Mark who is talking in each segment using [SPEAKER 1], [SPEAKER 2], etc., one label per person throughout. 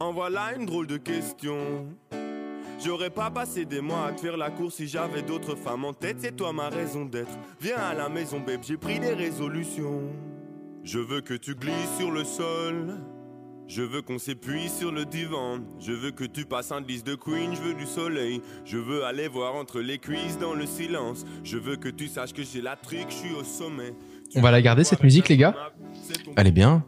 [SPEAKER 1] En voilà une drôle de question. J'aurais pas passé des mois à te faire la cour si j'avais d'autres femmes en tête. C'est toi ma raison d'être. Viens à la maison, babe, j'ai pris des résolutions. Je veux que tu glisses sur le sol. Je veux qu'on s'épuise sur le divan. Je veux que tu passes un glisse de queen. Je veux du soleil. Je veux aller voir entre les cuisses dans le silence. Je veux que tu saches que j'ai la trique, je suis au sommet.
[SPEAKER 2] On va la garder, cette musique, les gars
[SPEAKER 3] Elle est bien.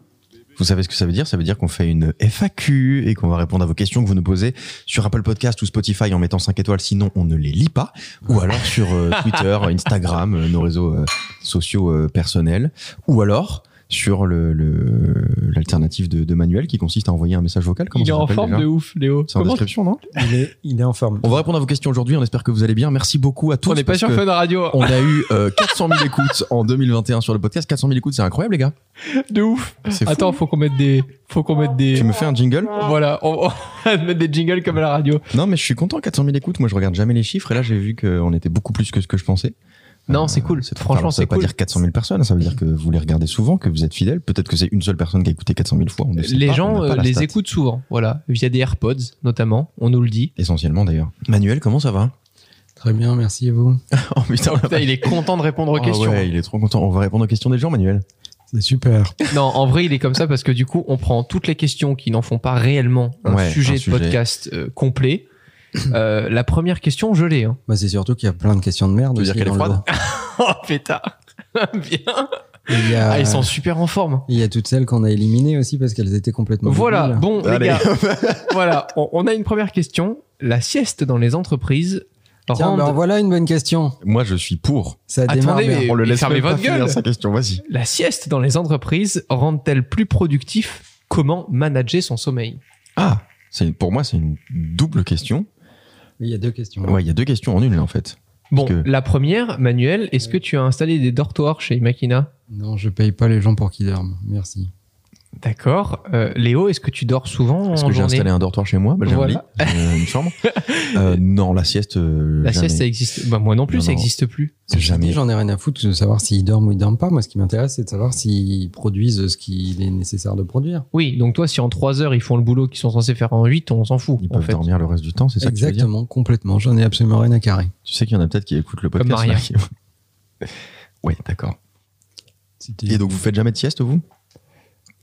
[SPEAKER 3] Vous savez ce que ça veut dire Ça veut dire qu'on fait une FAQ et qu'on va répondre à vos questions que vous nous posez sur Apple Podcast ou Spotify en mettant 5 étoiles, sinon on ne les lit pas. Ou alors sur euh, Twitter, Instagram, euh, nos réseaux euh, sociaux euh, personnels. Ou alors sur le- le- l'alternative de, de Manuel qui consiste à envoyer un message vocal. Comment
[SPEAKER 2] Il est
[SPEAKER 3] ça
[SPEAKER 2] en
[SPEAKER 3] s'appelle
[SPEAKER 2] forme
[SPEAKER 3] déjà
[SPEAKER 2] de ouf, Léo.
[SPEAKER 3] C'est en
[SPEAKER 2] Comment
[SPEAKER 3] description, non
[SPEAKER 4] Il est, il est en forme.
[SPEAKER 3] On va répondre à vos questions aujourd'hui. On espère que vous allez bien. Merci beaucoup à tous.
[SPEAKER 2] on n'est pas
[SPEAKER 3] parce
[SPEAKER 2] sur
[SPEAKER 3] que
[SPEAKER 2] Fun Radio
[SPEAKER 3] On a eu euh, 400 000 écoutes en 2021 sur le podcast. 400 000 écoutes, c'est incroyable, les gars.
[SPEAKER 2] de ouf.
[SPEAKER 3] C'est fou.
[SPEAKER 2] Ah. Attends, faut qu'on mette des, faut qu'on mette des,
[SPEAKER 3] Tu me fais un jingle
[SPEAKER 2] voilà, on, on va mettre des jingles comme à la radio.
[SPEAKER 3] Non, mais je suis content, 400 000 écoutes. Moi, je regarde jamais les chiffres. Et là, j'ai vu qu'on était beaucoup plus que ce que je pensais.
[SPEAKER 2] Non, c'est cool.
[SPEAKER 3] trop
[SPEAKER 2] Franchement,
[SPEAKER 3] tard. ça
[SPEAKER 2] c'est
[SPEAKER 3] veut pas
[SPEAKER 2] cool.
[SPEAKER 3] dire 400 000 personnes. Ça veut dire que vous les regardez souvent, que vous êtes fidèles. Peut-être que c'est une seule personne qui a écouté 400 000 fois. On ne sait
[SPEAKER 2] Les
[SPEAKER 3] pas, on
[SPEAKER 2] gens
[SPEAKER 3] n'a pas
[SPEAKER 2] euh,
[SPEAKER 3] la
[SPEAKER 2] les
[SPEAKER 3] stat.
[SPEAKER 2] écoutent souvent, voilà, via des AirPods notamment. On nous le dit.
[SPEAKER 3] Essentiellement, d'ailleurs. Manuel, comment ça va
[SPEAKER 4] Très bien, merci et vous.
[SPEAKER 3] Oh putain, on a
[SPEAKER 2] Putain,
[SPEAKER 3] pas-
[SPEAKER 2] il est content de répondre aux
[SPEAKER 3] Ah
[SPEAKER 2] questions.
[SPEAKER 3] ouais, il est trop content. On va répondre aux questions des gens, Manuel.
[SPEAKER 4] C'est super.
[SPEAKER 2] Non, en vrai, il est comme ça parce que du coup, on prend toutes les questions qui n'en font pas réellement un
[SPEAKER 3] Ouais,
[SPEAKER 2] sujet
[SPEAKER 3] un
[SPEAKER 2] de
[SPEAKER 3] sujet.
[SPEAKER 2] podcast euh, complet. Euh, la première question, je l'ai. hein.
[SPEAKER 4] Bah, c'est surtout qu'il y a plein de questions de merde.
[SPEAKER 3] Tu veux dire
[SPEAKER 4] aussi
[SPEAKER 3] qu'elle est
[SPEAKER 4] dans le
[SPEAKER 3] froide
[SPEAKER 4] lot.
[SPEAKER 2] Oh pétard Bien
[SPEAKER 4] Il y a,
[SPEAKER 2] Ah, ils
[SPEAKER 3] Euh,
[SPEAKER 2] sont super en forme.
[SPEAKER 4] il y a toutes celles qu'on a éliminées aussi parce qu'elles étaient complètement.
[SPEAKER 2] Voilà,
[SPEAKER 4] débiles.
[SPEAKER 2] bon,
[SPEAKER 3] Allez.
[SPEAKER 2] les gars, voilà, on, on a une première question. La sieste dans les entreprises
[SPEAKER 3] ben,
[SPEAKER 4] Tiens,
[SPEAKER 2] rend...
[SPEAKER 4] bah, voilà une bonne question.
[SPEAKER 3] Moi, je suis pour.
[SPEAKER 4] Ça
[SPEAKER 2] Attendez,
[SPEAKER 4] démarre bien.
[SPEAKER 2] mais-
[SPEAKER 3] on le
[SPEAKER 2] mais
[SPEAKER 3] laisse
[SPEAKER 2] fermez
[SPEAKER 3] même pas
[SPEAKER 2] votre gueule.
[SPEAKER 3] finir sa question. Vas-y.
[SPEAKER 2] La sieste dans les entreprises rend-elle plus productif Comment manager son sommeil
[SPEAKER 3] Ah, c'est pour moi, c'est une double question.
[SPEAKER 4] Il y a deux questions.
[SPEAKER 3] Ouais, il y a deux questions en une là, en fait.
[SPEAKER 2] Bon,
[SPEAKER 3] Parce que-
[SPEAKER 2] la première, Manuel, est-ce que tu as installé des dortoirs chez Makina
[SPEAKER 4] Non, je paye pas les gens pour qu'ils dorment. Merci.
[SPEAKER 2] D'accord. Euh, Léo, est-ce que tu dors souvent
[SPEAKER 3] Est-ce
[SPEAKER 2] en
[SPEAKER 3] que j'ai
[SPEAKER 2] journée
[SPEAKER 3] installé un dortoir chez moi Bah, J'ai
[SPEAKER 2] Voilà.
[SPEAKER 3] un lit, euh, une chambre. Euh, non, la sieste. euh,
[SPEAKER 2] La
[SPEAKER 3] jamais.
[SPEAKER 2] sieste, ça existe. Bah, moi non plus,
[SPEAKER 3] Non,
[SPEAKER 2] ça
[SPEAKER 3] non.
[SPEAKER 2] n'existe plus.
[SPEAKER 4] Ceci dit,
[SPEAKER 3] Jamais.
[SPEAKER 4] J'en ai rien à foutre de savoir s'ils dorment ou ils dorment pas. Moi, ce qui m'intéresse, c'est de savoir s'ils produisent ce qu'il est nécessaire de produire.
[SPEAKER 2] Oui, donc toi, si en 3 heures, ils font le boulot qu'ils sont censés faire en 8, on s'en fout.
[SPEAKER 3] Ils
[SPEAKER 2] en
[SPEAKER 3] peuvent
[SPEAKER 2] fait.
[SPEAKER 3] dormir le reste du temps, c'est ça que tu veux dire
[SPEAKER 4] Exactement, complètement. J'en ai absolument rien à carrer.
[SPEAKER 3] Tu sais qu'il y en a peut-être qui écoutent le
[SPEAKER 2] Comme
[SPEAKER 3] podcast.
[SPEAKER 2] Maria.
[SPEAKER 3] là, qui- ouais, d'accord. Et donc, vous faites jamais de sieste, vous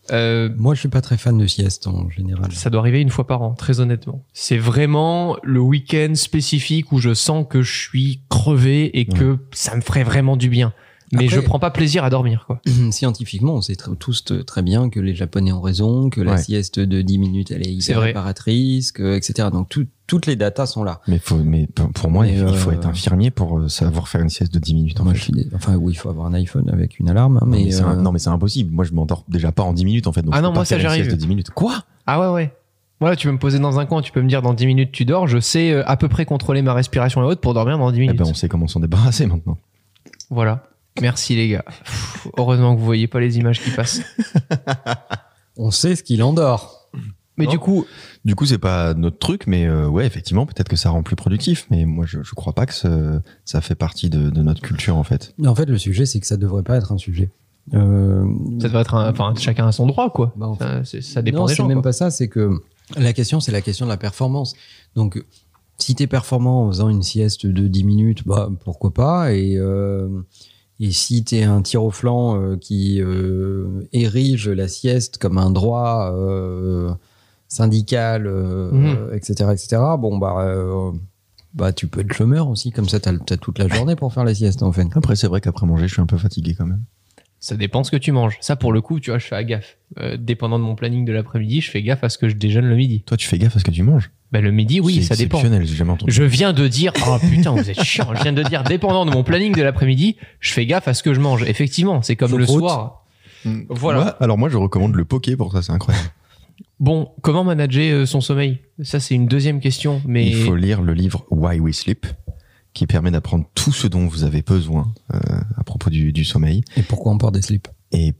[SPEAKER 2] Euh,
[SPEAKER 4] Moi, je suis pas très fan de sieste en général.
[SPEAKER 2] Ça doit arriver une fois par an, très honnêtement. C'est vraiment le week-end spécifique où je sens que je suis crevé et que ça me ferait vraiment du bien. Mais
[SPEAKER 4] Après-
[SPEAKER 2] je prends pas plaisir à dormir, quoi.
[SPEAKER 4] Scientifiquement, on sait tr- tous t- très bien que les Japonais ont raison, que la
[SPEAKER 3] Ouais.
[SPEAKER 4] sieste de 10 minutes, elle est
[SPEAKER 2] C'est
[SPEAKER 4] hyper
[SPEAKER 2] vrai.
[SPEAKER 4] réparatrice, que, etc. Donc, tout- toutes les datas sont là.
[SPEAKER 3] mais, faut- mais pour pour moi,
[SPEAKER 4] Mais,
[SPEAKER 3] il faut
[SPEAKER 4] euh,
[SPEAKER 3] être infirmier pour euh, savoir faire une sieste de 10 minutes. En
[SPEAKER 4] Moi,
[SPEAKER 3] fait.
[SPEAKER 4] je suis des- Enfin, oui, il faut avoir un iPhone avec une alarme. hein,
[SPEAKER 3] Non,
[SPEAKER 4] mais
[SPEAKER 3] mais c'est
[SPEAKER 4] euh,
[SPEAKER 3] un- non, mais c'est impossible. Moi, je m'endors déjà pas en 10 minutes, en fait. Donc
[SPEAKER 2] Ah
[SPEAKER 3] je peux
[SPEAKER 2] non,
[SPEAKER 3] pas
[SPEAKER 2] moi, ça,
[SPEAKER 3] faire une
[SPEAKER 2] j'arrive.
[SPEAKER 3] sieste de 10 minutes. Quoi
[SPEAKER 2] Ah ouais, ouais. Voilà, tu peux me poser dans un coin, tu peux me dire dans 10 minutes tu dors, je sais euh, à peu près contrôler ma respiration et autres pour dormir dans 10
[SPEAKER 3] Eh
[SPEAKER 2] minutes.
[SPEAKER 3] ben, on sait comment s'en débarrasser maintenant.
[SPEAKER 2] Voilà. Merci les gars. Pff, heureusement que vous voyez pas les images qui passent.
[SPEAKER 4] on sait ce qu'il endort.
[SPEAKER 2] Mais
[SPEAKER 4] Non.
[SPEAKER 2] du coup,
[SPEAKER 3] Du coup, c'est pas notre truc, mais euh, ouais, effectivement, peut-être que ça rend plus productif. Mais moi, je, je crois pas que ce- ça fait partie de, de notre culture, en fait.
[SPEAKER 4] Mais En fait, le sujet, c'est que ça devrait pas être un sujet. Euh,
[SPEAKER 2] ça devrait être un. Enfin, chacun a son droit, quoi.
[SPEAKER 4] bah, en fait,
[SPEAKER 2] Ça, c'est- ça dépend
[SPEAKER 4] non,
[SPEAKER 2] des
[SPEAKER 4] c'est
[SPEAKER 2] gens.
[SPEAKER 4] même
[SPEAKER 2] quoi.
[SPEAKER 4] pas ça. C'est que la question, c'est la question de la performance. Donc, si t'es performant en faisant une sieste de 10 minutes, bah pourquoi pas. Et euh, et si t'es un tir au flanc euh, qui euh, érige la sieste comme un droit euh, syndical, euh,
[SPEAKER 2] Mhm.
[SPEAKER 4] etc., etc. Bon bah. euh, bah, tu peux être chômeur aussi, comme ça t'as t'as toute la journée pour faire la sieste en fait.
[SPEAKER 3] Après, c'est vrai qu'après manger, je suis un peu fatigué quand même.
[SPEAKER 2] Ça dépend ce que tu manges. Ça, pour le coup, tu vois, je fais à gaffe. Euh, dépendant de mon planning de l'après-midi, je fais gaffe à ce que je déjeune le midi.
[SPEAKER 3] Toi, tu fais gaffe à ce que tu manges.
[SPEAKER 2] Ben, le midi, oui,
[SPEAKER 3] C'est
[SPEAKER 2] ça dépend.
[SPEAKER 3] exceptionnel, j'ai jamais entendu.
[SPEAKER 2] Je viens de dire, oh putain, vous êtes chiant. Je viens de dire, dépendant de mon planning de l'après-midi, je fais gaffe à ce que je mange. Effectivement, c'est comme
[SPEAKER 4] Faut
[SPEAKER 2] le
[SPEAKER 4] prout.
[SPEAKER 2] soir. Voilà.
[SPEAKER 3] Mm. Moi, alors moi, je recommande le poké pour ça, c'est incroyable.
[SPEAKER 2] Bon, comment manager euh, son sommeil Ça, c'est une deuxième question. Mais
[SPEAKER 3] Il faut lire le livre Why We Sleep, qui permet d'apprendre tout ce dont vous avez besoin euh, à propos du, du sommeil.
[SPEAKER 4] Et pourquoi on porte des slips
[SPEAKER 3] Et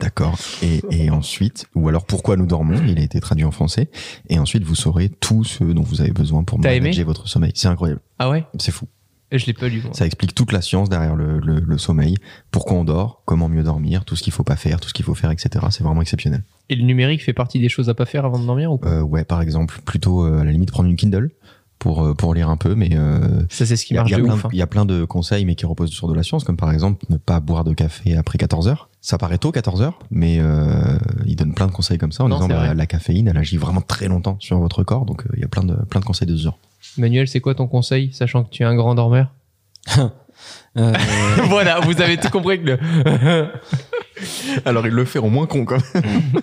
[SPEAKER 3] d'accord. Et, et ensuite, ou alors pourquoi nous dormons, il a été traduit en français. Et ensuite, vous saurez tout ce dont vous avez besoin pour
[SPEAKER 2] T'as
[SPEAKER 3] manager
[SPEAKER 2] aimé
[SPEAKER 3] votre sommeil. C'est incroyable,
[SPEAKER 2] ah ouais.
[SPEAKER 3] c'est fou.
[SPEAKER 2] Et je l'ai pas lu, moi.
[SPEAKER 3] Ça explique toute la science derrière le, le- le sommeil, pourquoi on dort, comment mieux dormir, tout ce qu'il faut pas faire, tout ce qu'il faut faire, etc. C'est vraiment exceptionnel.
[SPEAKER 2] Et le numérique fait partie des choses à pas faire avant de dormir ou pas
[SPEAKER 3] Euh, ouais, par exemple, plutôt euh, à la limite prendre une Kindle pour, euh, pour lire un peu, mais euh,
[SPEAKER 2] Ça, c'est ce qui
[SPEAKER 3] il y a-
[SPEAKER 2] marche
[SPEAKER 3] il y, a
[SPEAKER 2] de
[SPEAKER 3] plein
[SPEAKER 2] ouf. hein.
[SPEAKER 3] de- il y a plein de conseils, mais qui reposent sur de la science, comme par exemple ne pas boire de café après 14 heures. Ça paraît tôt, 14 heures, mais euh, ils donnent plein de conseils comme ça en
[SPEAKER 2] Non,
[SPEAKER 3] disant
[SPEAKER 2] c'est
[SPEAKER 3] bah,
[SPEAKER 2] vrai.
[SPEAKER 3] la caféine, elle agit vraiment très longtemps sur votre corps, donc euh, il y a plein de, plein de conseils de ce genre.
[SPEAKER 2] Manuel, c'est quoi ton conseil, sachant que tu es un grand dormeur
[SPEAKER 4] Euh,
[SPEAKER 2] Voilà, vous avez tout compris que le...
[SPEAKER 3] Alors ils le feront moins con, quand même.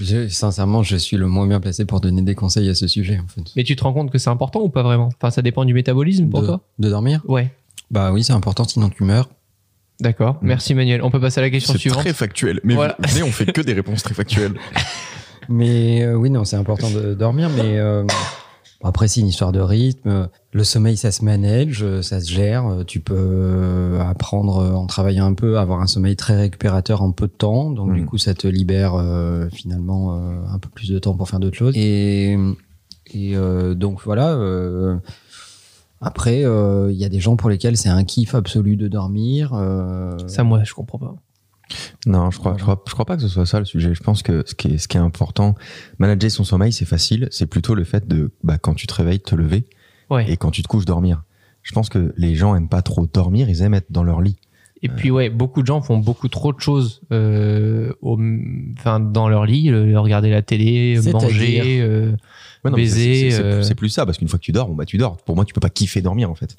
[SPEAKER 4] je- sincèrement, je suis le moins bien placé pour donner des conseils à ce sujet. En fait.
[SPEAKER 2] Mais tu te rends compte que c'est important ou pas vraiment Enfin, ça dépend du métabolisme pour
[SPEAKER 4] de,
[SPEAKER 2] toi
[SPEAKER 4] de dormir
[SPEAKER 2] Ouais,
[SPEAKER 4] Bah oui, c'est important, sinon tu meurs.
[SPEAKER 2] d'accord.
[SPEAKER 3] Mm.
[SPEAKER 2] Merci Manuel. On peut passer à la question suivante.
[SPEAKER 3] factuel, mais
[SPEAKER 2] Voilà.
[SPEAKER 3] venez, on fait que des réponses très factuelles.
[SPEAKER 4] Mais euh, oui, non, c'est important de dormir, mais euh, bon, après, c'est une histoire de rythme. Le sommeil, ça se manage, euh, ça se gère. Euh, Tu peux euh, apprendre euh, en travaillant un peu, à avoir un sommeil très récupérateur en peu de temps. Donc, du
[SPEAKER 2] Hmm.
[SPEAKER 3] Mhm.
[SPEAKER 4] coup, ça te libère euh, finalement euh, un peu plus de temps pour faire d'autres choses. Et, et euh, donc, voilà. euh, après, euh, il y a des gens pour lesquels c'est un kiff absolu de dormir. euh,
[SPEAKER 2] Ça, moi, je comprends pas.
[SPEAKER 3] Non, je crois, je crois, je crois pas que ce soit ça le sujet. Je pense que ce qui est, ce qui est important, manager son sommeil, c'est facile. C'est plutôt le fait de, bah, quand tu te réveilles, te lever
[SPEAKER 2] Ouais.
[SPEAKER 3] et quand tu te couches, dormir. Je pense que les gens aiment pas trop dormir, ils aiment être dans leur lit.
[SPEAKER 2] Et puis, ouais, beaucoup de gens font beaucoup trop de choses euh, au- enfin, dans leur lit. euh, regarder la télé, euh,
[SPEAKER 4] C'est-à-dire
[SPEAKER 2] manger. euh,
[SPEAKER 3] Ouais, non, mais c'est-
[SPEAKER 2] Baiser,
[SPEAKER 3] c'est- c'est-
[SPEAKER 2] euh.
[SPEAKER 3] C'est plus ça, parce qu'une fois que tu dors, bon, bah, tu dors. Pour moi, tu peux pas kiffer dormir, en fait.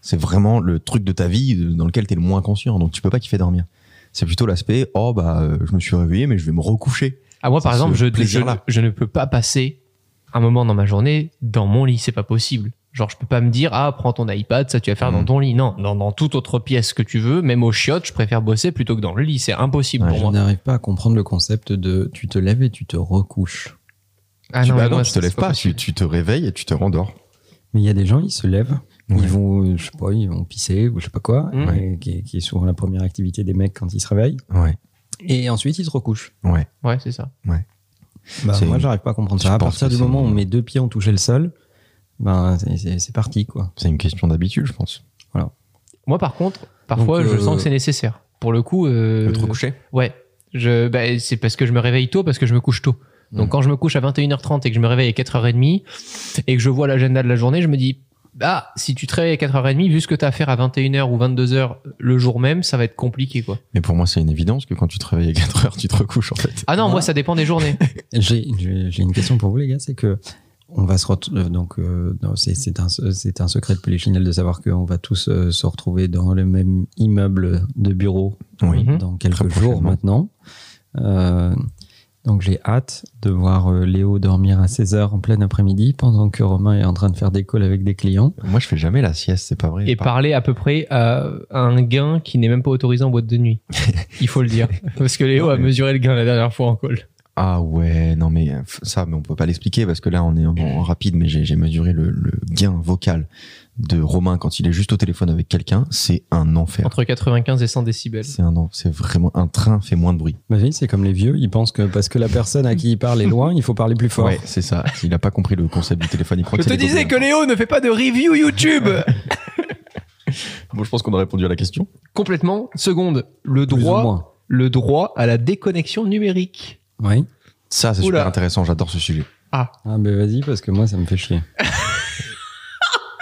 [SPEAKER 3] C'est vraiment le truc de ta vie dans lequel tu es le moins conscient, donc tu peux pas kiffer dormir. C'est plutôt l'aspect, oh, bah, euh, je me suis réveillé, mais je vais me recoucher.
[SPEAKER 2] Ah, moi, par
[SPEAKER 3] C'est ce
[SPEAKER 2] exemple, je, je,
[SPEAKER 3] plaisir-là.
[SPEAKER 2] je ne peux pas passer un moment dans ma journée dans mon lit. C'est pas possible. Genre, je peux pas me dire, ah, prends ton iPad, ça tu vas faire dans
[SPEAKER 3] Mm.
[SPEAKER 2] ton lit. Non, dans, dans toute autre pièce que tu veux, même au chiottes, je préfère bosser plutôt que dans le lit. C'est impossible
[SPEAKER 3] Ouais,
[SPEAKER 2] pour
[SPEAKER 4] je
[SPEAKER 2] moi.
[SPEAKER 4] n'arrive pas à comprendre le concept de tu te lèves et tu te recouches.
[SPEAKER 2] Ah
[SPEAKER 3] tu,
[SPEAKER 2] mais
[SPEAKER 3] bah, non,
[SPEAKER 2] moi,
[SPEAKER 3] tu
[SPEAKER 2] ça,
[SPEAKER 3] te
[SPEAKER 2] c'est
[SPEAKER 3] lèves pas, tu,
[SPEAKER 2] possible.
[SPEAKER 3] tu te réveilles et tu te rendors.
[SPEAKER 4] Mais il y a des gens, ils se lèvent,
[SPEAKER 3] Ouais.
[SPEAKER 4] ils vont, euh, je sais pas, ils vont pisser ou je sais pas quoi,
[SPEAKER 2] Mhm.
[SPEAKER 4] et qui, est- qui est souvent la première activité des mecs quand ils se réveillent.
[SPEAKER 3] Ouais,
[SPEAKER 4] Et ensuite, ils se recouchent.
[SPEAKER 3] ouais.
[SPEAKER 2] Ouais, c'est ça.
[SPEAKER 4] Bah,
[SPEAKER 3] C'est-
[SPEAKER 4] moi, j'arrive pas à comprendre
[SPEAKER 3] je
[SPEAKER 4] ça. À
[SPEAKER 3] pense
[SPEAKER 4] partir
[SPEAKER 3] que
[SPEAKER 4] du
[SPEAKER 3] c'est-
[SPEAKER 4] moment où mes deux pieds ont touché le sol, ben c'est- c'est c'est parti quoi.
[SPEAKER 3] C'est une question d'habitude, je pense.
[SPEAKER 2] Moi, par contre, parfois,
[SPEAKER 4] Donc,
[SPEAKER 2] je
[SPEAKER 4] euh,
[SPEAKER 2] sens que c'est nécessaire. Pour le coup, euh,
[SPEAKER 3] coucher
[SPEAKER 2] ouais, je, bah, c'est parce que je me réveille tôt, parce que je me couche tôt. Donc,
[SPEAKER 3] Mm.
[SPEAKER 2] quand je me couche à 21h30 et que je me réveille à 4h30 et que je vois l'agenda de la journée, je me dis, bah, si tu te réveilles à 4h30, vu ce que t'as à faire à 21h ou 22h le jour même, ça va être compliqué, quoi.
[SPEAKER 3] Mais pour moi, c'est une évidence que quand tu te réveilles à 4 heures, tu te recouches, en fait.
[SPEAKER 2] Ah non,
[SPEAKER 4] Voilà.
[SPEAKER 2] moi, ça dépend des journées.
[SPEAKER 4] J'ai j'ai- j'ai une question pour vous les gars, c'est que on va se retrouver donc euh, non, c'est- c'est un c'est un secret de Polichinelle de savoir qu'on va tous euh, se retrouver dans le même immeuble de bureau
[SPEAKER 3] Oui.
[SPEAKER 2] Mhm.
[SPEAKER 4] dans
[SPEAKER 3] Très
[SPEAKER 4] quelques jours
[SPEAKER 3] prochainement.
[SPEAKER 4] maintenant. Euh, donc j'ai hâte de voir euh, Léo dormir à 16h en plein après-midi pendant que Romain est en train de faire des calls avec des clients.
[SPEAKER 3] Moi, je fais jamais la sieste, c'est pas vrai. Ah
[SPEAKER 2] Et parler à peu près à à un gain qui n'est même pas autorisé en boîte de nuit. Il faut le dire. Parce que Léo a mesuré le gain la dernière fois en call.
[SPEAKER 3] Ah ouais, non mais euh, f- ça, mais on peut pas l'expliquer parce que là, on est en, en rapide, mais j'ai j'ai mesuré le, le gain vocal de Romain quand il est juste au téléphone avec quelqu'un. C'est un enfer.
[SPEAKER 2] Entre 95 et 100 décibels.
[SPEAKER 3] C'est un en- c'est vraiment un train fait moins de bruit.
[SPEAKER 4] Imagine, c'est comme les vieux, ils pensent que parce que la personne à qui ils parlent est loin, il faut parler plus fort.
[SPEAKER 3] Ouais, c'est ça. Il a pas compris le concept du téléphone. Il croit
[SPEAKER 2] Je
[SPEAKER 3] que
[SPEAKER 2] te
[SPEAKER 3] c'est les
[SPEAKER 2] disais que
[SPEAKER 3] Gobelins.
[SPEAKER 2] Léo ne fait pas de review YouTube
[SPEAKER 3] Bon, je pense qu'on a répondu à la question.
[SPEAKER 2] Complètement. Seconde, le
[SPEAKER 4] Plus ou
[SPEAKER 2] droit,
[SPEAKER 4] moins.
[SPEAKER 2] le droit à la déconnexion numérique.
[SPEAKER 4] Oui.
[SPEAKER 3] Ça, c'est
[SPEAKER 2] Oula.
[SPEAKER 3] super intéressant. J'adore ce sujet.
[SPEAKER 4] Ah ben vas-y parce que moi ça me fait chier.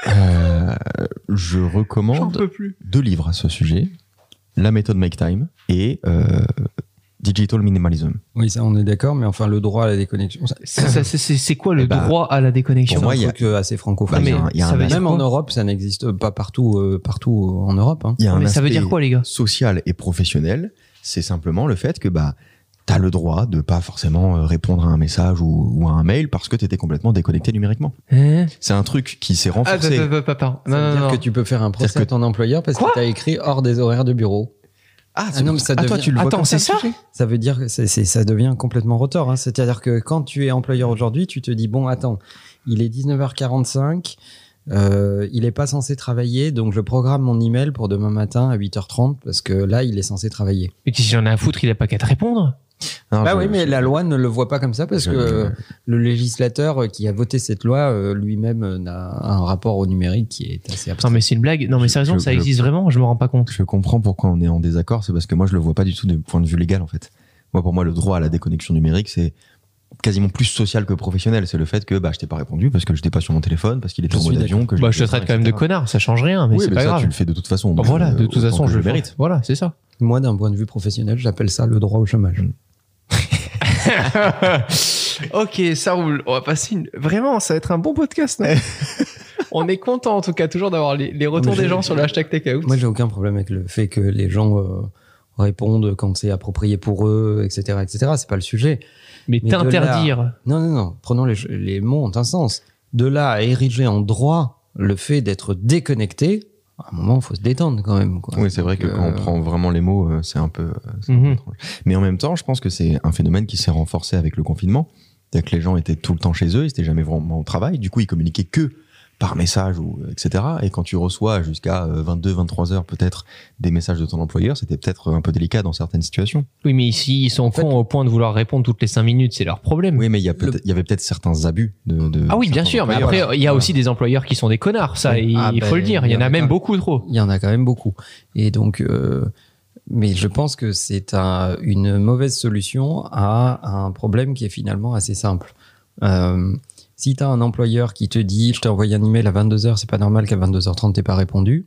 [SPEAKER 3] Euh, je
[SPEAKER 2] J'en
[SPEAKER 3] recommande
[SPEAKER 2] peux plus.
[SPEAKER 3] deux livres à ce sujet La méthode Make Time et euh, Digital Minimalism.
[SPEAKER 4] Oui, ça on est d'accord, mais enfin le droit à la déconnexion. ça-
[SPEAKER 2] C'est- ça- C'est c'est- c'est quoi le
[SPEAKER 3] Eh ben,
[SPEAKER 2] droit à la déconnexion Ah,
[SPEAKER 3] pour moi,
[SPEAKER 4] C'est un
[SPEAKER 3] il y a-
[SPEAKER 4] truc euh, assez
[SPEAKER 3] Bah,
[SPEAKER 4] francophone.
[SPEAKER 3] il y a
[SPEAKER 2] mais
[SPEAKER 3] un- il y a
[SPEAKER 2] ça
[SPEAKER 3] un
[SPEAKER 2] veut dire
[SPEAKER 4] Même
[SPEAKER 2] quoi
[SPEAKER 4] en Europe, ça n'existe pas partout, euh, partout en Europe. hein.
[SPEAKER 3] Il y a un
[SPEAKER 2] Mais ça veut
[SPEAKER 3] aspect-
[SPEAKER 2] dire quoi, les gars
[SPEAKER 3] social et professionnel, c'est simplement le fait que bah t'as le droit de pas forcément euh, répondre à un message ou, ou à un mail parce que t'étais complètement déconnecté numériquement.
[SPEAKER 2] Hein
[SPEAKER 3] C'est un truc qui s'est
[SPEAKER 2] Ah,
[SPEAKER 3] renforcé.
[SPEAKER 2] pa- pa- pa- pardon.
[SPEAKER 4] Ça
[SPEAKER 2] Non,
[SPEAKER 4] veut
[SPEAKER 2] non,
[SPEAKER 4] dire
[SPEAKER 2] non.
[SPEAKER 4] que tu peux faire un procès
[SPEAKER 3] C'est-à-dire
[SPEAKER 4] à ton employeur parce
[SPEAKER 2] Quoi
[SPEAKER 4] que t'as écrit hors des horaires de bureau.
[SPEAKER 3] Ah,
[SPEAKER 4] non, mais ça
[SPEAKER 3] ah, toi,
[SPEAKER 4] devient-
[SPEAKER 3] tu le vois
[SPEAKER 2] Attends,
[SPEAKER 3] comme
[SPEAKER 2] c'est ça
[SPEAKER 3] le sujet
[SPEAKER 4] Ça veut dire que c'est- c'est- ça devient complètement retors. hein. C'est-à-dire que quand tu es employeur aujourd'hui, tu te dis bon, attends, il est 19h45, euh, il n'est pas censé travailler, donc je programme mon email pour demain matin à 8h30 parce que là, il est censé travailler.
[SPEAKER 2] Mais qu'est-ce qu'il en a à foutre Il a pas qu'à te répondre.
[SPEAKER 3] Non,
[SPEAKER 4] bah
[SPEAKER 3] Ah, je-
[SPEAKER 4] oui, mais
[SPEAKER 3] je-
[SPEAKER 4] la loi ne le voit pas comme ça parce
[SPEAKER 3] je-
[SPEAKER 4] que euh, le législateur qui a voté cette loi euh, lui-même euh, n'a un rapport au numérique qui est assez
[SPEAKER 2] Non,
[SPEAKER 4] abstrait.
[SPEAKER 2] mais c'est une blague. Non, mais
[SPEAKER 3] Je-
[SPEAKER 2] sérieusement,
[SPEAKER 3] je-
[SPEAKER 2] ça
[SPEAKER 3] je-
[SPEAKER 2] existe vraiment Je me rends pas compte.
[SPEAKER 3] Je comprends pourquoi on est en désaccord, c'est parce que moi je le vois pas du tout du point de vue légal en fait. Moi pour moi le droit à la déconnexion numérique c'est quasiment plus social que professionnel. C'est le fait que bah je t'ai pas répondu parce que je n'étais pas sur mon téléphone, parce qu'il est
[SPEAKER 4] Je
[SPEAKER 3] en
[SPEAKER 4] suis
[SPEAKER 3] mode avion. Que
[SPEAKER 2] Bah, je te
[SPEAKER 3] j'étais
[SPEAKER 2] traite
[SPEAKER 3] pas,
[SPEAKER 2] quand même de
[SPEAKER 3] etc.
[SPEAKER 2] connard, ça change rien, mais
[SPEAKER 3] Oui,
[SPEAKER 2] c'est
[SPEAKER 3] mais
[SPEAKER 2] pas
[SPEAKER 3] ça tu
[SPEAKER 2] grave.
[SPEAKER 3] le fais de toute façon.
[SPEAKER 2] Bon,
[SPEAKER 3] donc,
[SPEAKER 2] Voilà,
[SPEAKER 3] euh,
[SPEAKER 2] de toute
[SPEAKER 3] autant
[SPEAKER 2] façon,
[SPEAKER 3] que
[SPEAKER 2] je
[SPEAKER 3] le
[SPEAKER 2] le
[SPEAKER 3] mérite.
[SPEAKER 2] mérite. Voilà, c'est ça.
[SPEAKER 4] Moi, d'un point de vue professionnel, j'appelle ça le droit au chômage.
[SPEAKER 2] ok, ça roule. On va passer une... Vraiment, ça va être un bon podcast. non On est content en tout cas toujours d'avoir les, les retours
[SPEAKER 4] Mais
[SPEAKER 2] des
[SPEAKER 4] je-
[SPEAKER 2] gens sur le hashtag takeout.
[SPEAKER 4] Moi, j'ai aucun problème avec le fait que les gens euh, répondent quand c'est approprié pour eux, etc., etc. C'est pas le sujet.
[SPEAKER 2] Mais
[SPEAKER 4] Mais de
[SPEAKER 2] t'interdire.
[SPEAKER 4] Non, non, non. Prenons les, les mots ont un sens. De là à ériger en droit le fait d'être déconnecté, à un moment, il faut se détendre quand même. Quoi.
[SPEAKER 3] Oui, c'est vrai que
[SPEAKER 4] Donc,
[SPEAKER 3] quand on
[SPEAKER 4] euh,
[SPEAKER 3] prend vraiment les mots, euh, c'est un peu. euh, c'est un peu
[SPEAKER 2] Mhm.
[SPEAKER 3] étrange. Mais en même temps, je pense que c'est un phénomène qui s'est renforcé avec le confinement. C'est-à-dire que les gens étaient tout le temps chez eux, ils étaient jamais vraiment au travail. Du coup, ils communiquaient que par message ou euh, etc. Et quand tu reçois jusqu'à euh, 22, 23 heures peut-être des messages de ton employeur, c'était peut-être euh, un peu délicat dans certaines situations.
[SPEAKER 2] Oui, mais ici, ils sont
[SPEAKER 4] fait-
[SPEAKER 2] cons au point de vouloir répondre toutes les 5 minutes, c'est leur problème.
[SPEAKER 3] Oui, mais il y, a peut-être- il y avait peut-être certains abus de. de
[SPEAKER 2] Ah oui, bien
[SPEAKER 3] certains
[SPEAKER 2] sûr, mais
[SPEAKER 3] employeurs.
[SPEAKER 2] après, il y a
[SPEAKER 4] Voilà.
[SPEAKER 2] aussi des employeurs qui sont des connards, ça,
[SPEAKER 4] Oui.
[SPEAKER 2] il
[SPEAKER 4] Ah,
[SPEAKER 2] il faut
[SPEAKER 4] ben,
[SPEAKER 2] le dire. Il y en a même
[SPEAKER 4] quand-
[SPEAKER 2] beaucoup trop.
[SPEAKER 4] il y en a quand même beaucoup. Et donc, euh, mais je pense que c'est un- une mauvaise solution à un problème qui est finalement assez simple. Euh, si tu as un employeur qui te dit je t'ai envoyé un email à 22h, c'est pas normal qu'à 22h30 t'aies pas répondu,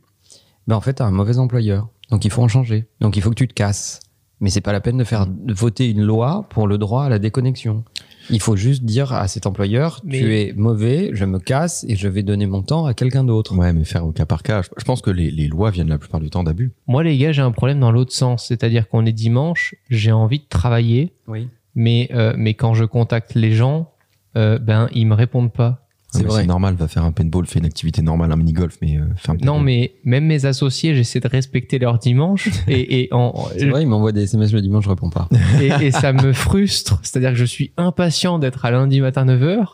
[SPEAKER 4] ben en fait, tu as un mauvais employeur. Donc, il faut en changer. Donc, il faut que tu te casses. Mais c'est pas la peine de faire de voter une loi pour le droit à la déconnexion. Il faut juste dire à cet employeur tu
[SPEAKER 2] Mais-
[SPEAKER 4] es mauvais, je me casse et je vais donner mon temps à quelqu'un d'autre.
[SPEAKER 3] Ouais, mais faire au cas par cas. Je, je pense que les, les lois viennent la plupart du temps d'abus.
[SPEAKER 2] Moi, les gars, j'ai un problème dans l'autre sens. C'est-à-dire qu'on est dimanche, j'ai envie de travailler,
[SPEAKER 4] Oui.
[SPEAKER 2] mais, euh, mais quand je contacte les gens, euh, ben, ils me répondent pas.
[SPEAKER 3] Ouais,
[SPEAKER 4] C'est
[SPEAKER 3] Hein, mais
[SPEAKER 4] vrai.
[SPEAKER 3] C'est normal, va faire un paintball, fais une activité normale, un mini-golf, mais euh, fais un
[SPEAKER 2] Non,
[SPEAKER 3] paintball.
[SPEAKER 2] mais même mes associés, j'essaie de respecter leur dimanche et, et, en,
[SPEAKER 4] C'est vrai, il m'envoie des SMS le dimanche, je réponds pas.
[SPEAKER 2] et, et ça me frustre. C'est-à-dire que je suis impatient d'être à lundi matin 9h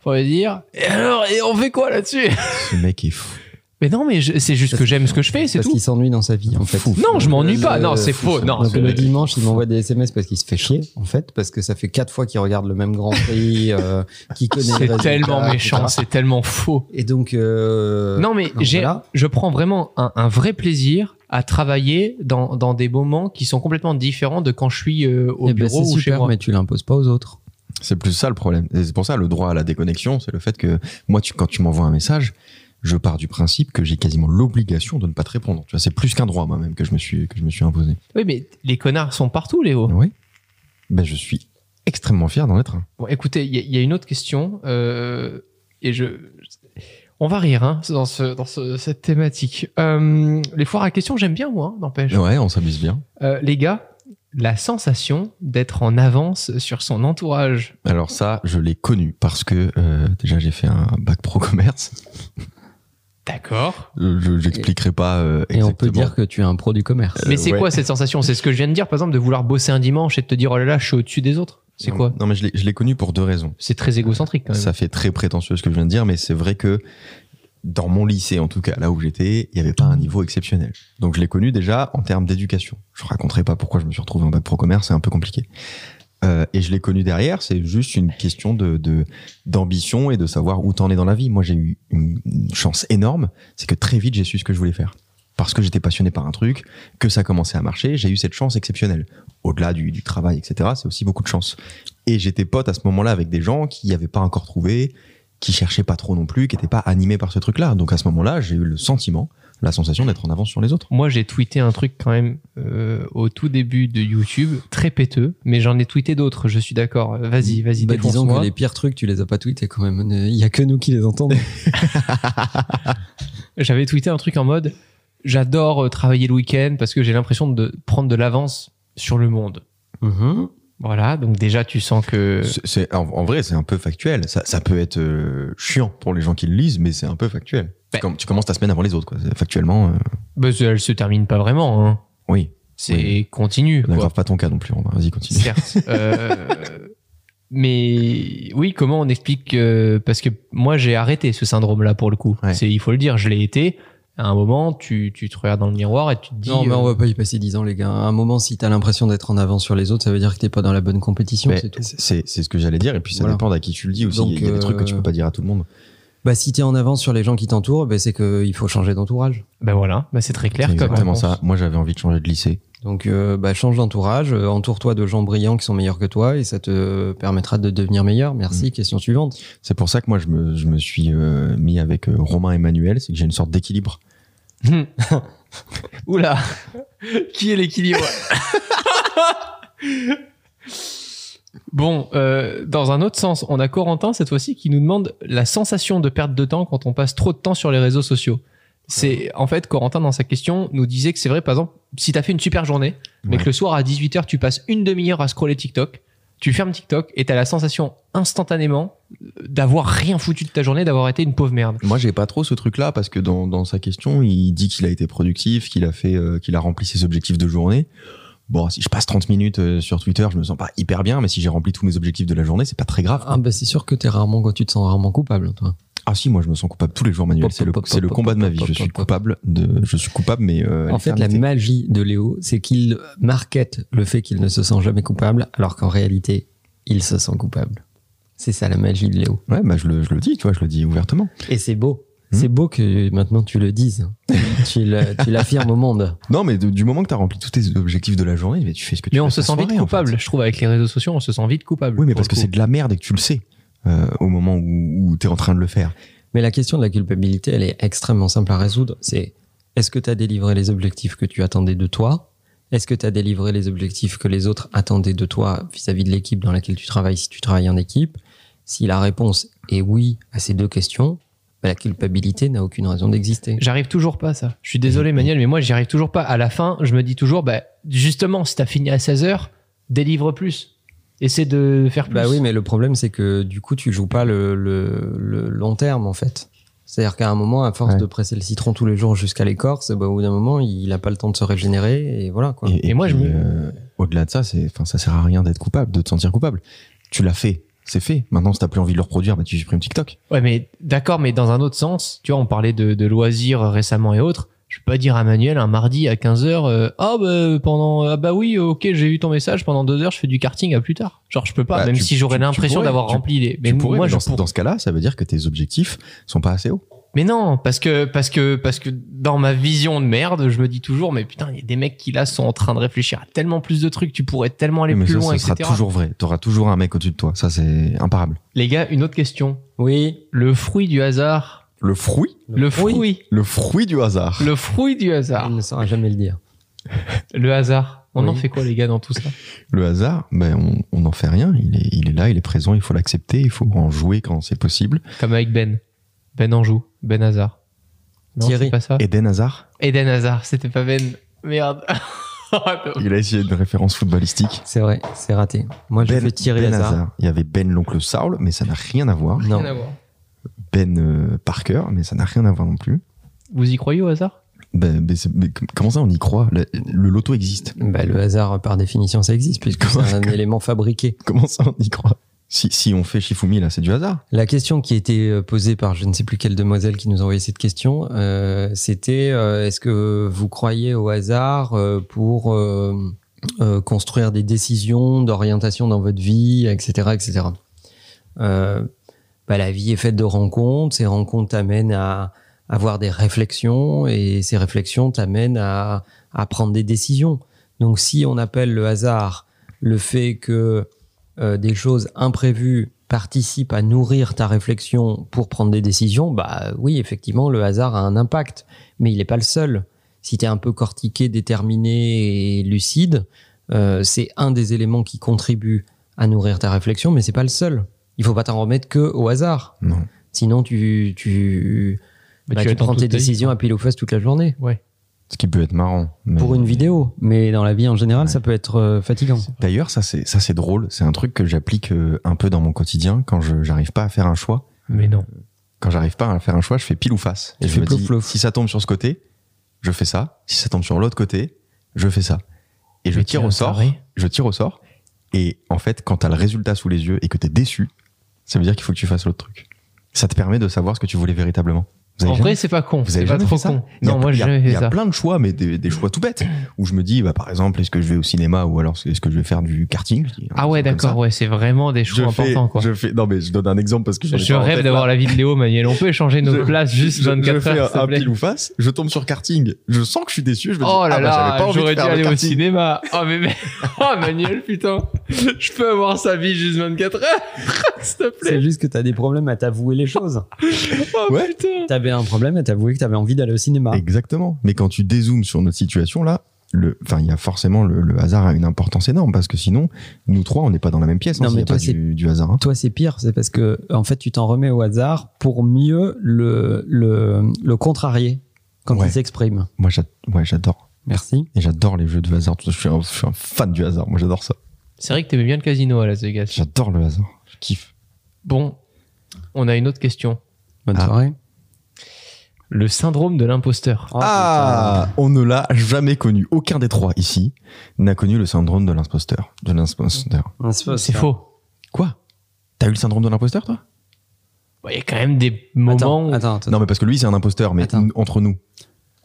[SPEAKER 2] pour lui dire Et alors, et on fait quoi là-dessus
[SPEAKER 3] Ce mec est fou.
[SPEAKER 2] Mais non, mais je- c'est juste que j'aime ce que je fais, c'est
[SPEAKER 4] Parce
[SPEAKER 2] tout.
[SPEAKER 4] qu'il s'ennuie dans sa vie, en fait.
[SPEAKER 3] Fou.
[SPEAKER 2] Non, je m'ennuie
[SPEAKER 4] Le-
[SPEAKER 2] pas. Non, c'est faux. Non,
[SPEAKER 4] Euh, Donc,
[SPEAKER 2] c'est-
[SPEAKER 4] le dimanche, il m'envoie des SMS parce qu'il se fait chier, en fait, parce que ça fait quatre fois qu'il regarde le même Grand Prix, euh, qu'il connaît. les
[SPEAKER 2] c'est
[SPEAKER 4] résultats,
[SPEAKER 2] tellement méchant,
[SPEAKER 4] etc.
[SPEAKER 2] c'est tellement faux.
[SPEAKER 4] Et donc, euh,
[SPEAKER 2] Non, mais
[SPEAKER 4] donc
[SPEAKER 2] j'ai,
[SPEAKER 4] voilà.
[SPEAKER 2] je prends vraiment un, un vrai plaisir à travailler dans, dans des moments qui sont complètement différents de quand je suis euh, au
[SPEAKER 4] eh ben,
[SPEAKER 2] bureau
[SPEAKER 4] c'est
[SPEAKER 2] ou chez
[SPEAKER 4] super,
[SPEAKER 2] moi.
[SPEAKER 4] mais tu l'imposes pas aux autres.
[SPEAKER 3] C'est plus ça le problème. Et c'est pour ça le droit à la déconnexion, c'est le fait que moi, tu, quand tu m'envoies un message, je pars du principe que j'ai quasiment l'obligation de ne pas te répondre. Tu vois, c'est plus qu'un droit moi-même que je me suis que je me suis imposé.
[SPEAKER 2] Oui, mais les connards sont partout, Léo.
[SPEAKER 3] Oui. Ben je suis extrêmement fier d'en être. un.
[SPEAKER 2] Bon, écoutez, il y, a- il y a une autre question, euh, et je, on va rire hein, dans ce dans ce- cette thématique. Euh, les foires à questions, j'aime bien moi, hein, n'empêche.
[SPEAKER 3] Ouais, on s'amuse bien.
[SPEAKER 2] Euh, les gars, la sensation d'être en avance sur son entourage.
[SPEAKER 3] Alors ça, je l'ai connu parce que euh, déjà j'ai fait un bac pro commerce.
[SPEAKER 2] D'accord.
[SPEAKER 3] Euh, Je j'expliquerai pas euh,
[SPEAKER 4] Et on peut
[SPEAKER 3] exactement.
[SPEAKER 4] dire que tu es un pro du commerce.
[SPEAKER 2] Mais c'est
[SPEAKER 3] ouais.
[SPEAKER 2] quoi cette sensation C'est ce que je viens de dire, par exemple, de vouloir bosser un dimanche et de te dire oh là là, je suis au-dessus des autres. C'est
[SPEAKER 3] Non,
[SPEAKER 2] quoi
[SPEAKER 3] Non, mais je l'ai- je l'ai connu pour deux raisons.
[SPEAKER 2] C'est très égocentrique quand même.
[SPEAKER 3] Ça fait très prétentieux ce que je viens de dire, mais c'est vrai que dans mon lycée, en tout cas, là où j'étais, il n'y avait pas un niveau exceptionnel. Donc je l'ai connu déjà en termes d'éducation. Je raconterai pas pourquoi je me suis retrouvé en bac pro commerce, c'est un peu compliqué. Euh, et je l'ai connu derrière, c'est juste une question de de- d'ambition et de savoir où t'en es dans la vie. Moi, j'ai eu une une chance énorme, c'est que très vite j'ai su ce que je voulais faire parce que j'étais passionné par un truc, que ça commençait à marcher. J'ai eu cette chance exceptionnelle. Au-delà du, du travail, etc., c'est aussi beaucoup de chance. Et j'étais pote à ce moment-là avec des gens qui n'avaient pas encore trouvé, qui cherchaient pas trop non plus, qui n'étaient pas animés par ce truc-là. Donc à ce moment-là, j'ai eu le sentiment, la sensation d'être en avance sur les autres.
[SPEAKER 2] Moi, j'ai tweeté un truc quand même euh, au tout début de YouTube, très péteux, mais j'en ai tweeté d'autres, je suis d'accord. Vas-y, vas-y,
[SPEAKER 4] Bah, disons
[SPEAKER 2] défonce-moi.
[SPEAKER 4] que les pires trucs, tu les as pas tweetés quand même. euh, Il y a que nous qui les entendons.
[SPEAKER 2] j'avais tweeté un truc en mode
[SPEAKER 4] Mhm.
[SPEAKER 2] j'adore euh, travailler le week-end parce que j'ai l'impression de prendre de l'avance sur le monde. Voilà, donc déjà tu sens que
[SPEAKER 3] C'est- C'est en, en vrai, c'est un peu factuel. Ça, ça peut être euh, chiant pour les gens qui le lisent, mais c'est un peu factuel.
[SPEAKER 2] Ben.
[SPEAKER 3] Comme- tu commences ta semaine avant les autres, quoi. C'est- Factuellement, euh,
[SPEAKER 2] bah, elle se termine pas vraiment. Hein.
[SPEAKER 3] oui.
[SPEAKER 2] C'est
[SPEAKER 3] Oui.
[SPEAKER 2] continu. quoi.
[SPEAKER 3] N'aggrave pas ton cas non plus. Romain. Vas-y, continue.
[SPEAKER 2] Certes. Euh, mais oui, comment on explique euh, Parce que moi, j'ai arrêté ce syndrome-là pour le coup.
[SPEAKER 3] Ouais.
[SPEAKER 2] C'est, il faut le dire, je l'ai été. À un moment, tu, tu te regardes dans le miroir et tu te dis.
[SPEAKER 4] Non, mais on
[SPEAKER 2] euh,
[SPEAKER 4] va pas y passer 10 ans, les gars. À un moment, si t'as l'impression d'être en avance sur les autres, ça veut dire que t'es pas dans la bonne compétition,
[SPEAKER 3] Mais
[SPEAKER 4] c'est tout.
[SPEAKER 3] C'est c'est ce que j'allais dire, et puis ça
[SPEAKER 4] Voilà.
[SPEAKER 3] dépend à qui tu le dis aussi.
[SPEAKER 4] Donc,
[SPEAKER 3] Il y a des trucs que tu
[SPEAKER 4] euh,
[SPEAKER 3] peux pas dire à tout le monde.
[SPEAKER 4] Bah, si t'es en avance sur les gens qui t'entourent, bah, c'est qu'il faut changer d'entourage.
[SPEAKER 2] Ben voilà, ben c'est très clair.
[SPEAKER 3] C'est
[SPEAKER 2] comme
[SPEAKER 3] exactement
[SPEAKER 2] réponse.
[SPEAKER 3] ça. Moi, j'avais envie de changer de lycée.
[SPEAKER 4] Donc, euh, bah, change d'entourage, euh, entoure-toi de gens brillants qui sont meilleurs que toi et ça te permettra de devenir meilleur. Merci. Question suivante.
[SPEAKER 3] C'est pour ça que moi, je me, je me suis euh, mis avec euh, Romain Emmanuel, c'est que j'ai une sorte d'équilibre.
[SPEAKER 2] Hmm. Oula, qui est l'équilibre Bon, euh, dans un autre sens, on a Corentin cette fois-ci qui nous demande la sensation de perte de temps quand on passe trop de temps sur les réseaux sociaux. C'est en fait Corentin dans sa question nous disait que c'est vrai par exemple si t'as fait une super journée mais
[SPEAKER 3] Ouais.
[SPEAKER 2] que le soir à 18h tu passes une demi-heure à scroller TikTok, tu fermes TikTok et t'as la sensation instantanément d'avoir rien foutu de ta journée, d'avoir été une pauvre merde.
[SPEAKER 3] Moi, j'ai pas trop ce truc-là parce que dans, dans sa question, il dit qu'il a été productif, qu'il a fait, euh, qu'il a rempli ses objectifs de journée. Bon, si je passe 30 minutes euh, sur Twitter, je me sens pas hyper bien, mais si j'ai rempli tous mes objectifs de la journée, c'est pas très grave.
[SPEAKER 4] Ah, bah, c'est sûr que t'es rarement, quand tu te sens rarement coupable, toi.
[SPEAKER 3] Ah si, moi je me sens coupable tous les jours, Manuel.
[SPEAKER 4] Pop,
[SPEAKER 3] C'est le,
[SPEAKER 4] pop, pop,
[SPEAKER 3] c'est le
[SPEAKER 4] pop,
[SPEAKER 3] combat de ma
[SPEAKER 4] pop,
[SPEAKER 3] vie.
[SPEAKER 4] pop,
[SPEAKER 3] Je suis
[SPEAKER 4] pop, pop.
[SPEAKER 3] coupable de, je suis coupable, mais euh, à
[SPEAKER 4] En fait, la
[SPEAKER 3] l'éternité.
[SPEAKER 4] magie de Léo, c'est qu'il markete le fait qu'il ne se sent jamais coupable, alors qu'en réalité, il se sent coupable. C'est ça la magie de Léo.
[SPEAKER 3] Ouais, bah je le, je le dis, tu vois, je le dis ouvertement.
[SPEAKER 4] Et c'est beau.
[SPEAKER 3] Hmm.
[SPEAKER 4] C'est beau que maintenant tu le dises. tu le- tu l'affirmes au monde.
[SPEAKER 3] Non, mais de- du moment que t'as rempli tous tes objectifs de la journée, mais tu fais ce que tu
[SPEAKER 2] Mais
[SPEAKER 3] veux.
[SPEAKER 2] on se
[SPEAKER 3] ta
[SPEAKER 2] sent vite
[SPEAKER 3] soirée, en fait.
[SPEAKER 2] coupable, je trouve, avec les réseaux sociaux, on se sent vite coupable.
[SPEAKER 3] Oui, mais
[SPEAKER 2] pour
[SPEAKER 3] parce
[SPEAKER 2] le
[SPEAKER 3] que
[SPEAKER 2] coup.
[SPEAKER 3] c'est de la merde et que tu le sais euh, au moment où, où t'es en train de le faire.
[SPEAKER 4] Mais la question de la culpabilité, elle est extrêmement simple à résoudre. C'est est-ce que tu as délivré les objectifs que tu attendais de toi Est-ce que tu as délivré les objectifs que les autres attendaient de toi vis-à-vis de l'équipe dans laquelle tu travailles si tu travailles en équipe Si la réponse est oui à ces deux questions, bah, la culpabilité n'a aucune raison d'exister.
[SPEAKER 2] J'arrive toujours pas à ça. Je suis désolé, Manuel, mais moi, j'y arrive toujours pas. À la fin, je me dis toujours, bah, justement, si t'as fini à 16h, délivre plus. Essaie de faire plus.
[SPEAKER 4] Bah oui, mais le problème, c'est que du coup, tu joues pas le, le- le long terme, en fait. C'est-à-dire qu'à un moment, à force
[SPEAKER 3] Ouais.
[SPEAKER 4] de presser le citron tous les jours jusqu'à l'écorce, bah, au bout d'un moment, il n'a pas le temps de se régénérer et voilà quoi.
[SPEAKER 2] Et moi, je
[SPEAKER 3] puis,
[SPEAKER 2] me-
[SPEAKER 3] euh, au-delà de ça, c'est, enfin, ça sert à rien d'être coupable, de te sentir coupable. Tu l'as fait, c'est fait. Maintenant, si t'as plus envie de le reproduire, bah tu supprimes TikTok.
[SPEAKER 2] Ouais, mais d'accord, mais dans un autre sens, tu vois, on parlait de, de loisirs récemment et autres. Je peux pas dire à Manuel un mardi à 15h, euh, ah bah, pendant, ah bah oui, ok, j'ai eu ton message, pendant deux heures, je fais du karting à plus tard. Genre, je peux pas,
[SPEAKER 3] Bah,
[SPEAKER 2] même
[SPEAKER 3] tu-
[SPEAKER 2] si j'aurais
[SPEAKER 3] tu- tu
[SPEAKER 2] l'impression
[SPEAKER 3] pourrais,
[SPEAKER 2] d'avoir
[SPEAKER 3] tu-
[SPEAKER 2] rempli les.
[SPEAKER 3] tu pourrais,
[SPEAKER 2] moi, je
[SPEAKER 3] dans,
[SPEAKER 2] pourrais.
[SPEAKER 3] dans ce cas-là, ça veut dire que tes objectifs sont pas assez hauts.
[SPEAKER 2] Mais non, parce que, parce que, parce que dans ma vision de merde, je me dis toujours, mais putain, il y a des mecs qui là sont en train de réfléchir à tellement plus de trucs, tu pourrais tellement aller
[SPEAKER 3] mais
[SPEAKER 2] plus
[SPEAKER 3] ça,
[SPEAKER 2] loin,
[SPEAKER 3] ça sera
[SPEAKER 2] etc.
[SPEAKER 3] toujours vrai. T'auras toujours un mec au-dessus de toi. Ça, c'est imparable.
[SPEAKER 2] Les gars, une autre question.
[SPEAKER 4] Oui,
[SPEAKER 2] Le fruit du hasard.
[SPEAKER 3] Le fruit,
[SPEAKER 2] Le, fruit.
[SPEAKER 3] le fruit du hasard.
[SPEAKER 2] Le fruit du
[SPEAKER 3] Ah.
[SPEAKER 2] hasard.
[SPEAKER 4] il ne saura jamais le dire.
[SPEAKER 2] Le hasard. On en
[SPEAKER 4] Oui.
[SPEAKER 2] fait quoi, les gars, dans tout ça
[SPEAKER 3] Le hasard, ben on- on n'en fait rien. Il est, il est là, il est présent, il faut l'accepter, il faut en jouer quand c'est possible.
[SPEAKER 2] Comme avec Ben. Ben en joue. Ben Hazard. Non,
[SPEAKER 4] Thierry.
[SPEAKER 2] c'est pas ça.
[SPEAKER 3] Eden Hazard,
[SPEAKER 2] Eden Hazard, c'était pas Ben. Merde.
[SPEAKER 3] il a essayé une référence footballistique.
[SPEAKER 4] C'est vrai, c'est raté. Moi, je
[SPEAKER 3] Ben,
[SPEAKER 4] vais tirer
[SPEAKER 3] Ben
[SPEAKER 4] les hasard.
[SPEAKER 3] Hazard. Il y avait Ben l'oncle Saul, mais ça n'a rien à voir.
[SPEAKER 2] Rien
[SPEAKER 4] Non.
[SPEAKER 2] à voir.
[SPEAKER 3] Ben euh, Parker, mais ça n'a rien à voir non plus.
[SPEAKER 2] Vous y croyez au hasard
[SPEAKER 3] Ben, ben, c'est- mais com- comment ça, on y croit le, le loto existe.
[SPEAKER 4] Bah, le hasard, par définition, ça existe, puisque c'est un élément fabriqué.
[SPEAKER 3] Comment ça, on y croit si, si on fait Shifumi, là, c'est du hasard.
[SPEAKER 4] La question qui était euh, posée par je ne sais plus quelle demoiselle qui nous a envoyé cette question, euh, c'était euh, est-ce que vous croyez au hasard euh, pour euh, euh, construire des décisions d'orientation dans votre vie, etc. etc. Euh, bah, la vie est faite de rencontres, ces rencontres t'amènent à avoir des réflexions et ces réflexions t'amènent à, à prendre des décisions. Donc si on appelle le hasard le fait que euh, des choses imprévues participent à nourrir ta réflexion pour prendre des décisions, bah oui, effectivement, le hasard a un impact, mais il n'est pas le seul. Si tu es un peu cortiqué, déterminé et lucide, euh, c'est un des éléments qui contribue à nourrir ta réflexion, mais c'est pas le seul. Il faut pas t'en remettre que au hasard.
[SPEAKER 3] Non.
[SPEAKER 4] Sinon, tu, tu,
[SPEAKER 2] Bah,
[SPEAKER 4] bah,
[SPEAKER 2] tu
[SPEAKER 4] tu bah,
[SPEAKER 2] attends
[SPEAKER 4] prends
[SPEAKER 2] toute
[SPEAKER 4] tes
[SPEAKER 3] Bah,
[SPEAKER 2] ta vie,
[SPEAKER 4] décisions
[SPEAKER 2] quoi.
[SPEAKER 4] à pile ou face toute la journée.
[SPEAKER 2] Ouais.
[SPEAKER 3] Ce qui peut être marrant. mais-
[SPEAKER 4] pour une vidéo, mais dans la vie en général, ça peut être euh, fatigant.
[SPEAKER 3] D'ailleurs, ça c'est ça c'est drôle. C'est un truc que j'applique euh, un peu dans mon quotidien quand je j'arrive pas à faire un choix.
[SPEAKER 2] Mais non.
[SPEAKER 3] Quand j'arrive pas à faire un choix, je fais pile ou face. Et
[SPEAKER 4] Tu
[SPEAKER 3] je
[SPEAKER 4] fais
[SPEAKER 3] me
[SPEAKER 4] plouf,
[SPEAKER 3] dis,
[SPEAKER 4] plouf.
[SPEAKER 3] si ça tombe sur ce côté, je fais ça. Si ça tombe sur l'autre côté, je fais ça. Et je
[SPEAKER 2] Mais
[SPEAKER 3] tire
[SPEAKER 2] t'es un
[SPEAKER 3] au sort.
[SPEAKER 2] taré.
[SPEAKER 3] Je tire au sort. Et en fait, quand t'as le résultat sous les yeux et que t'es déçu, ça veut dire qu'il faut que tu fasses l'autre truc. Ça te permet de savoir ce que tu voulais véritablement. Vous avez
[SPEAKER 2] En
[SPEAKER 3] jamais
[SPEAKER 2] vrai, c'est pas con.
[SPEAKER 3] vous
[SPEAKER 2] C'est
[SPEAKER 3] avez
[SPEAKER 2] pas
[SPEAKER 3] jamais
[SPEAKER 2] trop
[SPEAKER 3] fait ça
[SPEAKER 2] con.
[SPEAKER 3] Il y a-
[SPEAKER 2] Non, moi,
[SPEAKER 3] il
[SPEAKER 2] j'ai
[SPEAKER 3] y a-
[SPEAKER 2] jamais
[SPEAKER 3] Il
[SPEAKER 2] fait
[SPEAKER 3] y a
[SPEAKER 2] ça.
[SPEAKER 3] plein de choix, mais des, des choix tout bêtes, où je me dis, bah, par exemple, est-ce que je vais au cinéma ou alors est-ce que je vais faire du karting Je dis,
[SPEAKER 2] Ah ouais,
[SPEAKER 3] comme ça.
[SPEAKER 2] d'accord, ouais, c'est vraiment des choix
[SPEAKER 3] Je fais-
[SPEAKER 2] importants, quoi.
[SPEAKER 3] Je fais, non, mais je donne un exemple parce que j'en ai
[SPEAKER 2] Je
[SPEAKER 3] pas en
[SPEAKER 2] rêve
[SPEAKER 3] tête,
[SPEAKER 2] d'avoir
[SPEAKER 3] là.
[SPEAKER 2] la vie de Léo Manuel. On peut échanger nos
[SPEAKER 3] Je-
[SPEAKER 2] places juste
[SPEAKER 3] je-
[SPEAKER 2] 24
[SPEAKER 3] je fais
[SPEAKER 2] heures, s'il
[SPEAKER 3] un
[SPEAKER 2] te plaît.
[SPEAKER 3] pile ou face, je tombe sur karting. Je sens que je suis déçu. Je me dis,
[SPEAKER 2] Oh là
[SPEAKER 3] ah, bah, j'avais pas
[SPEAKER 2] là,
[SPEAKER 3] envie de
[SPEAKER 2] j'aurais dû
[SPEAKER 3] faire le
[SPEAKER 2] aller au
[SPEAKER 3] karting.
[SPEAKER 2] cinéma. Oh mais, mais- oh Manuel, putain, je peux avoir sa vie juste 24 heures, s'il te plaît.
[SPEAKER 4] C'est juste que t'as des problèmes à t'avouer les choses.
[SPEAKER 2] Oh
[SPEAKER 3] Ouais.
[SPEAKER 2] putain.
[SPEAKER 4] T'avais un problème à t'avouer que t'avais envie d'aller au cinéma.
[SPEAKER 3] Exactement. Mais quand tu dézoomes sur notre situation là, le, enfin, il y a forcément le, le hasard a une importance énorme parce que sinon, nous trois, on n'est pas dans la même pièce. hein,
[SPEAKER 4] Non,
[SPEAKER 3] s'il
[SPEAKER 4] mais
[SPEAKER 3] y a
[SPEAKER 4] toi,
[SPEAKER 3] pas
[SPEAKER 4] c'est-
[SPEAKER 3] du, du hasard. hein.
[SPEAKER 4] Toi, c'est pire, c'est parce que en fait, tu t'en remets au hasard pour mieux le, le, le contrarier quand
[SPEAKER 3] Ouais.
[SPEAKER 4] il s'exprime.
[SPEAKER 3] Moi, j'ad- ouais, j'adore.
[SPEAKER 4] Merci.
[SPEAKER 3] Et j'adore les jeux de hasard. Je suis un, je suis un fan du hasard. Moi, j'adore ça.
[SPEAKER 2] C'est vrai que t'aimais bien le casino à Las Vegas.
[SPEAKER 3] J'adore le hasard. Je kiffe.
[SPEAKER 2] Bon, on a une autre question.
[SPEAKER 4] Bonne
[SPEAKER 3] Ah.
[SPEAKER 4] soirée.
[SPEAKER 2] Le syndrome de l'imposteur.
[SPEAKER 4] Oh,
[SPEAKER 3] Ah, on ne l'a jamais connu. Aucun des trois ici n'a connu le syndrome de l'imposteur. De l'imposteur.
[SPEAKER 4] putain. Ah, C'est faux,
[SPEAKER 2] C'est
[SPEAKER 4] ça.
[SPEAKER 2] faux.
[SPEAKER 3] Quoi T'as eu le syndrome de l'imposteur, toi
[SPEAKER 2] Bah, Il y a quand même des
[SPEAKER 4] Attends,
[SPEAKER 2] moments. où-
[SPEAKER 4] attends, attends.
[SPEAKER 3] Non, mais parce que lui, c'est un imposteur, mais
[SPEAKER 4] Attends.
[SPEAKER 3] n- entre nous.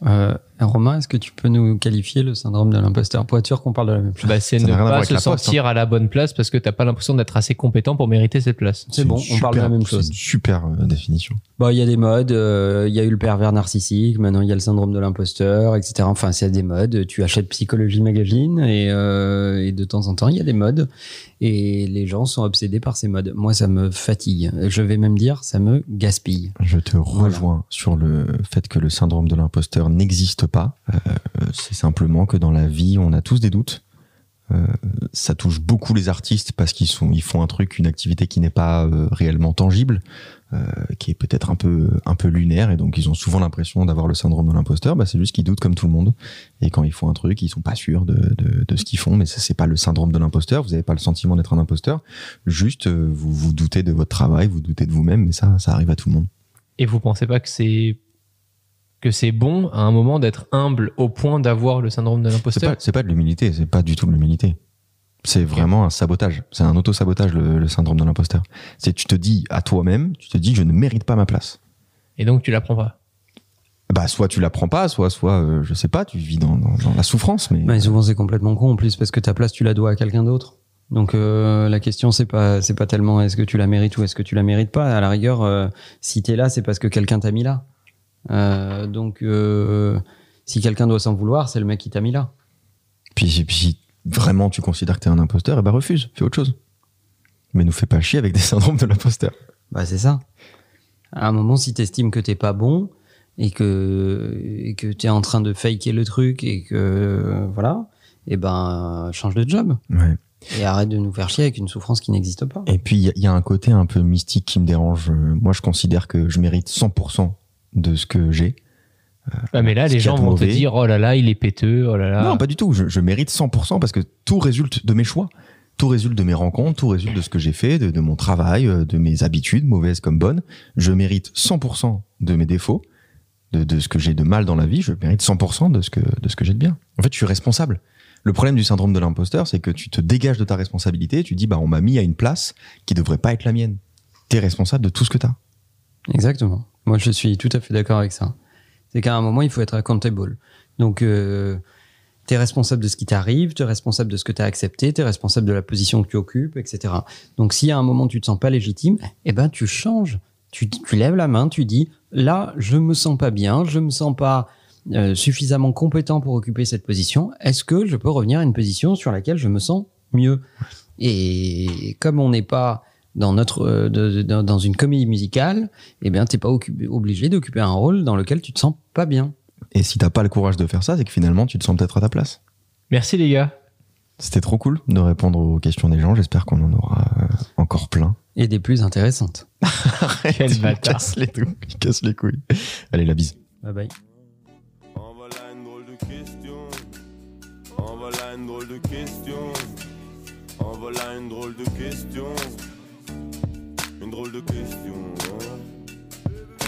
[SPEAKER 4] Euh, Romain, est-ce que tu peux nous qualifier le syndrome de l'imposteur pour être sûr qu'on parle de la même chose
[SPEAKER 2] Bah, c'est
[SPEAKER 3] Ça
[SPEAKER 2] ne
[SPEAKER 3] n'a rien à voir
[SPEAKER 2] pas
[SPEAKER 3] avec
[SPEAKER 2] se
[SPEAKER 3] la poste, hein.
[SPEAKER 2] sentir à la bonne place parce que t'as pas l'impression d'être assez compétent pour mériter cette place.
[SPEAKER 4] C'est bon,
[SPEAKER 3] une
[SPEAKER 4] on parle de la
[SPEAKER 3] super-
[SPEAKER 4] même
[SPEAKER 3] c'est
[SPEAKER 4] chose.
[SPEAKER 3] une super euh, définition.
[SPEAKER 4] Bah, il y a des modes, euh, il y a eu le pervers narcissique, maintenant il y a le syndrome de l'imposteur, etc. Enfin, c'est des modes. Tu achètes Psychologie Magazine et, euh, et de temps en temps, il y a des modes. Et les gens sont obsédés par ces modes. Moi, ça me fatigue. Je vais même dire, ça me gaspille.
[SPEAKER 3] Je te rejoins sur le fait que le syndrome de l'imposteur n'existe pas. Euh, c'est simplement que dans la vie, on a tous des doutes. Euh, ça touche beaucoup les artistes parce qu'ils sont, ils font un truc, une activité qui n'est pas euh, réellement tangible, euh, qui est peut-être un peu, un peu lunaire, et donc ils ont souvent l'impression d'avoir le syndrome de l'imposteur. Bah, c'est juste qu'ils doutent comme tout le monde, et quand ils font un truc, ils sont pas sûrs de, de, de ce qu'ils font. Mais ça, c'est pas le syndrome de l'imposteur. Vous n'avez pas le sentiment d'être un imposteur. Juste, euh, vous vous doutez de votre travail, vous doutez de vous-même, mais ça, ça arrive à tout le monde.
[SPEAKER 2] Et vous pensez pas que c'est que c'est bon à un moment d'être humble au point d'avoir le syndrome de
[SPEAKER 3] C'est pas,
[SPEAKER 2] l'imposteur
[SPEAKER 3] c'est pas de l'humilité, c'est pas du tout de l'humilité. C'est vraiment un sabotage. C'est un auto-sabotage, le, le syndrome de l'imposteur. C'est tu te dis à toi-même, tu te dis je ne mérite pas ma place.
[SPEAKER 2] Et donc tu l'apprends pas.
[SPEAKER 3] Bah, soit tu la prends pas, soit, soit, euh, je sais pas, tu vis dans, dans- dans la souffrance, mais.
[SPEAKER 4] Mais souvent, c'est complètement con en plus parce que ta place, tu la dois à quelqu'un d'autre. Donc euh, la question c'est pas c'est pas tellement est-ce que tu la mérites ou est-ce que tu la mérites pas à la rigueur euh, si t'es là c'est parce que quelqu'un t'a mis là Euh, donc euh, si quelqu'un doit s'en vouloir c'est le mec qui t'a mis là
[SPEAKER 3] Puis, puis si vraiment tu considères que t'es un imposteur, et bah refuse, fais autre chose. Mais nous fais pas chier avec des syndromes de l'imposteur.
[SPEAKER 4] Bah, c'est ça. À un moment, si t'estimes que t'es pas bon et que, et que t'es en train de faker le truc et que, euh, voilà, et ben, change de job
[SPEAKER 3] Ouais.
[SPEAKER 4] et arrête de nous faire chier avec une souffrance qui n'existe pas.
[SPEAKER 3] Et puis, il y a- il y, a un côté un peu mystique qui me dérange. Euh, Moi, je considère que je mérite 100% de ce que j'ai.
[SPEAKER 2] Ah, mais là,
[SPEAKER 3] Ce
[SPEAKER 2] les
[SPEAKER 3] qui
[SPEAKER 2] gens
[SPEAKER 3] est
[SPEAKER 2] vont te
[SPEAKER 3] mauvais.
[SPEAKER 2] dire oh là là, il est péteux, oh là là.
[SPEAKER 3] Non, pas du tout. Je, je mérite 100% parce que tout résulte de mes choix. Tout résulte de mes rencontres, tout résulte de ce que j'ai fait, de, de mon travail, euh, de mes habitudes, mauvaises comme bonnes. Je mérite 100% de mes défauts, de, de ce que j'ai de mal dans la vie. Je mérite 100% de ce que, de ce que j'ai de bien. En fait, je suis responsable. Le problème du syndrome de l'imposteur, c'est que tu te dégages de ta responsabilité. Tu dis, bah, on m'a mis à une place qui devrait pas être la mienne. T'es responsable de tout ce que t'as.
[SPEAKER 4] Exactement. Moi, je suis tout à fait d'accord avec ça. C'est qu'à un moment, il faut être accountable. Donc, euh, tu es responsable de ce qui t'arrive, tu es responsable de ce que tu as accepté, tu es responsable de la position que tu occupes, etc. Donc, si à un moment, tu te sens pas légitime, eh ben, tu changes. Tu, tu lèves la main, tu dis, là, je me sens pas bien, je me sens pas euh, suffisamment compétent pour occuper cette position. Est-ce que je peux revenir à une position sur laquelle je me sens mieux Et comme on n'est pas dans, notre, euh, de- de- dans dans une comédie musicale, eh bien, t'es pas occupé- obligé d'occuper un rôle dans lequel tu te sens pas bien.
[SPEAKER 3] Et si t'as pas le courage de faire ça, c'est que finalement, tu te sens peut-être à ta place.
[SPEAKER 2] Merci les gars.
[SPEAKER 3] C'était trop cool de répondre aux questions des gens. J'espère qu'on en aura euh, encore plein.
[SPEAKER 4] Et des plus intéressantes.
[SPEAKER 2] Quel
[SPEAKER 3] Il
[SPEAKER 2] bâtard.
[SPEAKER 3] casse les, il casse les couilles. Allez, la bise.
[SPEAKER 4] Bye bye.
[SPEAKER 1] En voilà une drôle de cul. de question. En voilà une drôle de question. Une drôle de question. hein.